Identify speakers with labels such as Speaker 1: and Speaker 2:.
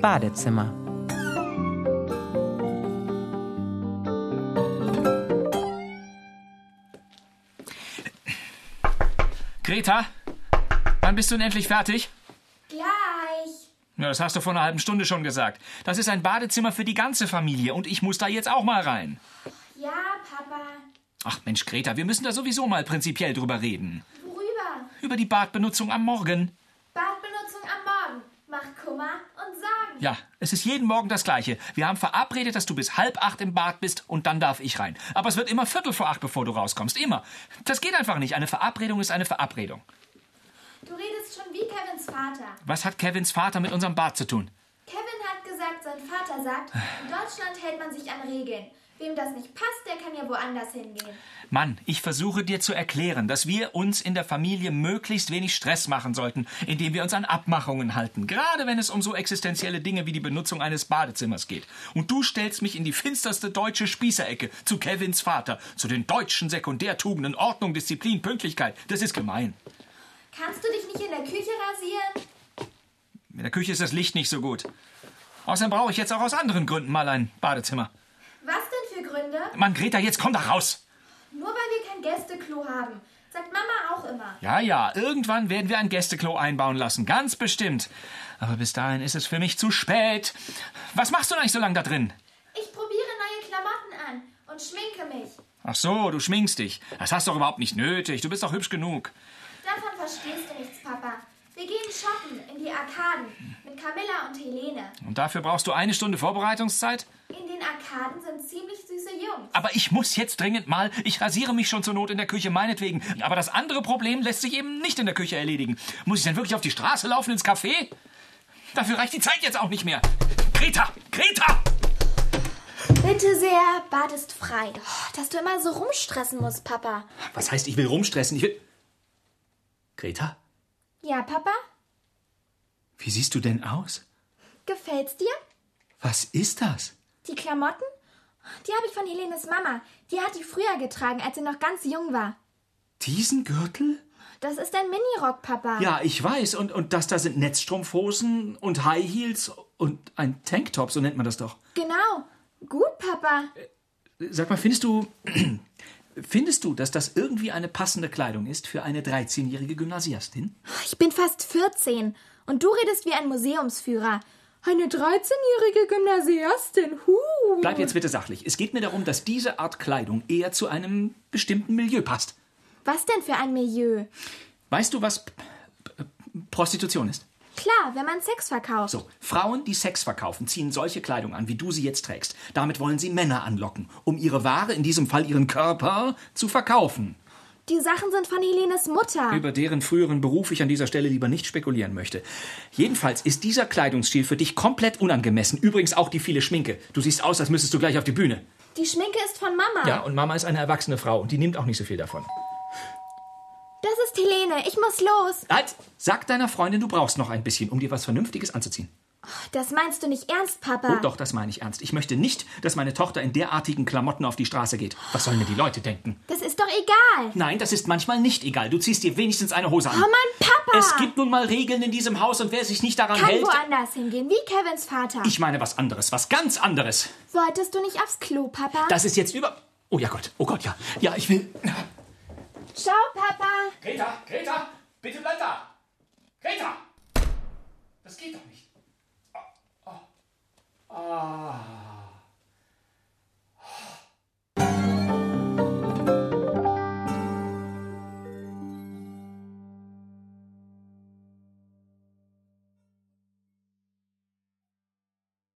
Speaker 1: Badezimmer.
Speaker 2: Greta, wann bist du denn endlich fertig?
Speaker 3: Gleich.
Speaker 2: Ja, das hast du vor einer halben Stunde schon gesagt. Das ist ein Badezimmer für die ganze Familie und ich muss da jetzt auch mal rein.
Speaker 3: Ja, Papa.
Speaker 2: Ach Mensch, Greta, wir müssen da sowieso mal prinzipiell drüber reden.
Speaker 3: Worüber?
Speaker 2: Über die Badbenutzung am Morgen.
Speaker 3: Badbenutzung am Morgen. Macht Kummer und Sorgen.
Speaker 2: Ja, es ist jeden Morgen das Gleiche. Wir haben verabredet, dass du bis halb acht im Bad bist und dann darf ich rein. Aber es wird immer Viertel vor acht, bevor du rauskommst. Immer. Das geht einfach nicht. Eine Verabredung ist eine Verabredung.
Speaker 3: Du redest schon wie Kevins Vater.
Speaker 2: Was hat Kevins Vater mit unserem Bad zu tun?
Speaker 3: Kevin hat gesagt, sein Vater sagt, in Deutschland hält man sich an Regeln. Wem das nicht passt, der kann ja woanders hingehen.
Speaker 2: Mann, ich versuche dir zu erklären, dass wir uns in der Familie möglichst wenig Stress machen sollten, indem wir uns an Abmachungen halten, gerade wenn es um so existenzielle Dinge wie die Benutzung eines Badezimmers geht. Und du stellst mich in die finsterste deutsche Spießerecke zu Kevins Vater, zu den deutschen Sekundärtugenden Ordnung, Disziplin, Pünktlichkeit. Das ist gemein.
Speaker 3: Kannst du dich nicht in der Küche rasieren?
Speaker 2: In der Küche ist das Licht nicht so gut. Außerdem brauche ich jetzt auch aus anderen Gründen mal ein Badezimmer.
Speaker 3: Was denn für Gründe?
Speaker 2: Mann, Greta, jetzt komm doch raus!
Speaker 3: Nur weil wir kein Gästeklo haben, sagt Mama auch immer.
Speaker 2: Ja, ja, irgendwann werden wir ein Gästeklo einbauen lassen, ganz bestimmt. Aber bis dahin ist es für mich zu spät. Was machst du denn eigentlich so lange da drin?
Speaker 3: Ich probiere neue Klamotten an und schminke mich.
Speaker 2: Ach so, du schminkst dich. Das hast du doch überhaupt nicht nötig. Du bist doch hübsch genug.
Speaker 3: Davon verstehst du nichts, Papa. Wir gehen shoppen in die Arkaden mit Camilla und Helene.
Speaker 2: Und dafür brauchst du eine Stunde Vorbereitungszeit?
Speaker 3: In den Arkaden sind ziemlich süße Jungs.
Speaker 2: Aber ich muss jetzt dringend mal. Ich rasiere mich schon zur Not in der Küche, meinetwegen. Aber das andere Problem lässt sich eben nicht in der Küche erledigen. Muss ich dann wirklich auf die Straße laufen ins Café? Dafür reicht die Zeit jetzt auch nicht mehr. Greta! Greta!
Speaker 3: Bitte sehr, Bad ist frei. Oh, dass du immer so rumstressen musst, Papa.
Speaker 2: Was heißt, ich will rumstressen? Ich will. Greta?
Speaker 3: Ja, Papa?
Speaker 2: Wie siehst du denn aus?
Speaker 3: Gefällt's dir?
Speaker 2: Was ist das?
Speaker 3: Die Klamotten? Die habe ich von Helenes Mama. Die hat die früher getragen, als sie noch ganz jung war.
Speaker 2: Diesen Gürtel?
Speaker 3: Das ist ein Minirock, Papa.
Speaker 2: Ja, ich weiß. Und, und das da sind Netzstrumpfhosen und High Heels und ein Tanktop, so nennt man das doch.
Speaker 3: Genau. Gut, Papa.
Speaker 2: Sag mal, findest du. Findest du, dass das irgendwie eine passende Kleidung ist für eine 13-jährige Gymnasiastin?
Speaker 3: Ich bin fast 14 und du redest wie ein Museumsführer. Eine 13-jährige Gymnasiastin. Huh.
Speaker 2: Bleib jetzt bitte sachlich. Es geht mir darum, dass diese Art Kleidung eher zu einem bestimmten Milieu passt.
Speaker 3: Was denn für ein Milieu?
Speaker 2: Weißt du, was P P Prostitution ist?
Speaker 3: Klar, wenn man Sex verkauft.
Speaker 2: So, Frauen, die Sex verkaufen, ziehen solche Kleidung an, wie du sie jetzt trägst. Damit wollen sie Männer anlocken, um ihre Ware, in diesem Fall ihren Körper, zu verkaufen.
Speaker 3: Die Sachen sind von Helenes Mutter.
Speaker 2: Über deren früheren Beruf ich an dieser Stelle lieber nicht spekulieren möchte. Jedenfalls ist dieser Kleidungsstil für dich komplett unangemessen. Übrigens auch die viele Schminke. Du siehst aus, als müsstest du gleich auf die Bühne. Ah.
Speaker 3: Die Schminke ist von Mama.
Speaker 2: Ja, und Mama ist eine erwachsene Frau und die nimmt auch nicht so viel davon.
Speaker 3: Das ist Helene. Ich muss los.
Speaker 2: Halt! Sag deiner Freundin, du brauchst noch ein bisschen, um dir was Vernünftiges anzuziehen.
Speaker 3: Das meinst du nicht ernst, Papa?
Speaker 2: Oh, doch, das meine ich ernst. Ich möchte nicht, dass meine Tochter in derartigen Klamotten auf die Straße geht. Was sollen mir die Leute denken?
Speaker 3: Das ist doch egal.
Speaker 2: Nein, das ist manchmal nicht egal. Du ziehst dir wenigstens eine Hose
Speaker 3: Oh,
Speaker 2: an.
Speaker 3: Mann, Papa.
Speaker 2: Es gibt nun mal Regeln in diesem Haus und wer sich nicht daran
Speaker 3: Kann
Speaker 2: hält.
Speaker 3: woanders hingehen, wie Kevins Vater.
Speaker 2: Ich meine was anderes, was ganz anderes.
Speaker 3: Wolltest du nicht aufs Klo, Papa?
Speaker 2: Das ist jetzt über. Oh ja Gott, oh Gott, ja. Ja, ich will.
Speaker 3: Ciao, Papa.
Speaker 2: Greta, Greta, bitte bleib da. Greta! Das geht doch nicht.